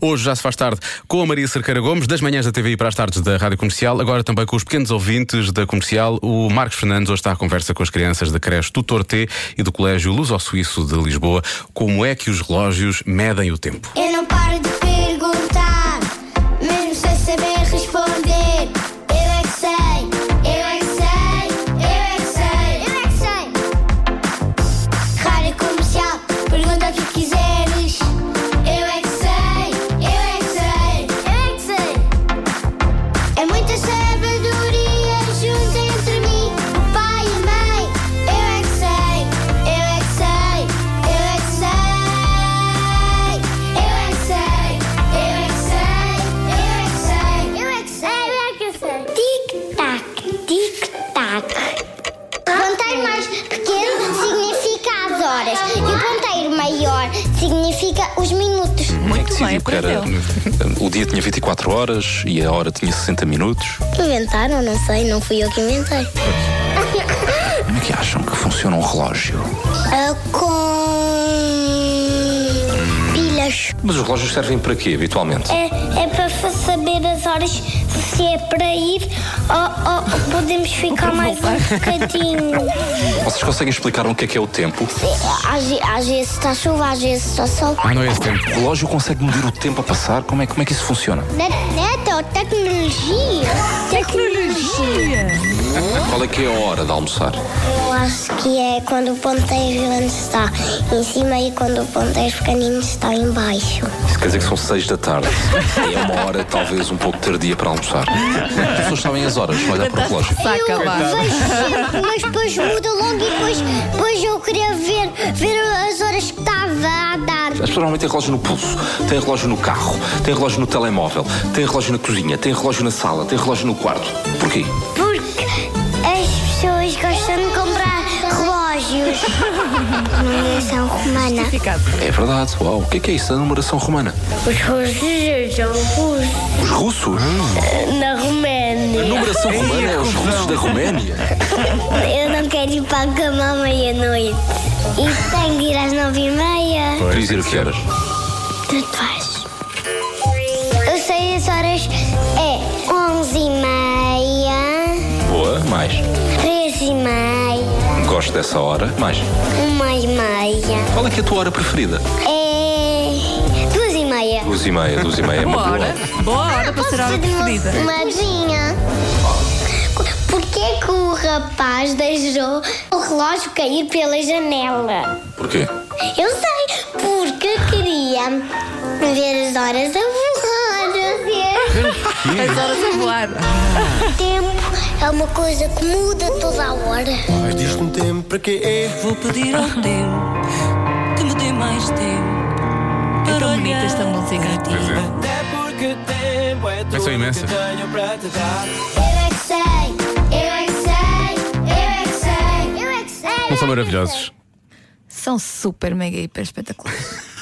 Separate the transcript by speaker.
Speaker 1: Hoje já se faz tarde com a Maria Cerqueira Gomes, das manhãs da TVI para as tardes da Rádio Comercial, agora também com os pequenos ouvintes da Comercial. O Marcos Fernandes hoje está à conversa com as crianças da creche Tutor T e do Colégio Luso Suíço de Lisboa. Como é que os relógios medem o tempo?
Speaker 2: Eu não paro de perguntar, mesmo sem saber responder. Eu é que sei, eu é que sei, eu é que sei, eu é que sei. Rádio comercial, pergunta o que quiseres. Eu é que sei, eu é que sei, eu é que sei. É muita sabedoria junta entre mim, o pai e a mãe. Eu é que sei, eu é que sei, eu é que sei. Eu é que sei, eu é que sei, eu é que sei, eu é que sei, eu é que sei. Tic-tac, tic-tac. Ponteiro mais pequeno significa as horas e o ponteiro maior significa os minutos.
Speaker 3: Muito
Speaker 4: que decidiu
Speaker 3: bem,
Speaker 4: que era- O dia tinha 24 horas e a hora tinha 60 minutos.
Speaker 2: Inventaram, não sei, não fui eu que inventei.
Speaker 4: Como é que acham que funciona um relógio?
Speaker 2: Ah, com pilhas.
Speaker 4: Mas os relógios servem para quê, habitualmente?
Speaker 2: É, é para saber as horas se é para ir ou, ou podemos ficar mais um bocadinho.
Speaker 4: Vocês conseguem explicar o que é que é o tempo?
Speaker 2: Às, ve- às vezes está chuva, às vezes está sol.
Speaker 1: Ah, não é esse tempo.
Speaker 4: O relógio consegue medir o tempo a passar? Como é, como é que isso funciona?
Speaker 2: Neto, é tecnologia.
Speaker 3: Tecnologia!
Speaker 4: Qual é que é a hora de almoçar?
Speaker 2: Eu acho que é quando o ponteiro grande está em cima e quando o ponteiro pequenino está em baixo.
Speaker 4: Isso quer dizer que são 6 da tarde. É uma hora talvez um pouco tardia para almoçar. As pessoas sabem as horas, olha para o relógio.
Speaker 3: Está Tá acabado.
Speaker 2: vejo sempre, mas depois muda logo e depois, depois eu queria ver, ver as horas que estava a dar.
Speaker 4: As pessoas normalmente têm relógio no pulso, têm relógio no carro, têm relógio no telemóvel, têm relógio na cozinha, têm relógio na sala, têm relógio no quarto. Porquê?
Speaker 2: Porque as pessoas gostam de comprar relógios. Numeração romana.
Speaker 3: Ficado.
Speaker 4: É verdade, uau, o que é que é isso da numeração romana?
Speaker 2: Os russos são russos
Speaker 4: Os russos?
Speaker 2: na
Speaker 4: A
Speaker 2: Roménia.
Speaker 4: numeração romana é os russos da Roménia?
Speaker 2: Eu não quero ir para a cama à meia-noite. E tenho de ir às nove e meia.
Speaker 4: Queres ir a que horas?
Speaker 2: Tanto faz. Eu sei as horas é onze e meia,
Speaker 4: Boa, mais.
Speaker 2: três e meia,
Speaker 4: Gosto dessa hora, mais.
Speaker 2: uma e meia.
Speaker 4: Qual é que é a tua hora preferida?
Speaker 2: É duas e meia.
Speaker 4: Duas e meia, duas e meia é uma boa
Speaker 3: Bora!
Speaker 4: hora.
Speaker 3: Bora para ser a hora preferida.
Speaker 2: Uma vinha. Porquê que o rapaz deixou o relógio cair pela janela?
Speaker 4: Porquê?
Speaker 2: Eu sei, porque queria ver as horas a voar.
Speaker 3: As horas a voar.
Speaker 2: O tempo é uma coisa que muda toda a hora.
Speaker 5: Mas diz-me tempo para que é
Speaker 6: Vou pedir ao tempo que me dê mais tempo.
Speaker 3: É tão
Speaker 6: olhar
Speaker 3: bonita esta música.
Speaker 1: Pois é.
Speaker 7: Até porque tempo é tudo
Speaker 1: são
Speaker 7: que
Speaker 1: imensas.
Speaker 7: tenho para te dar.
Speaker 2: Eu é que sei, eu é que sei, eu é que sei, eu é que sei.
Speaker 1: Não são maravilhosos.
Speaker 3: São super, mega, hiper espetaculares.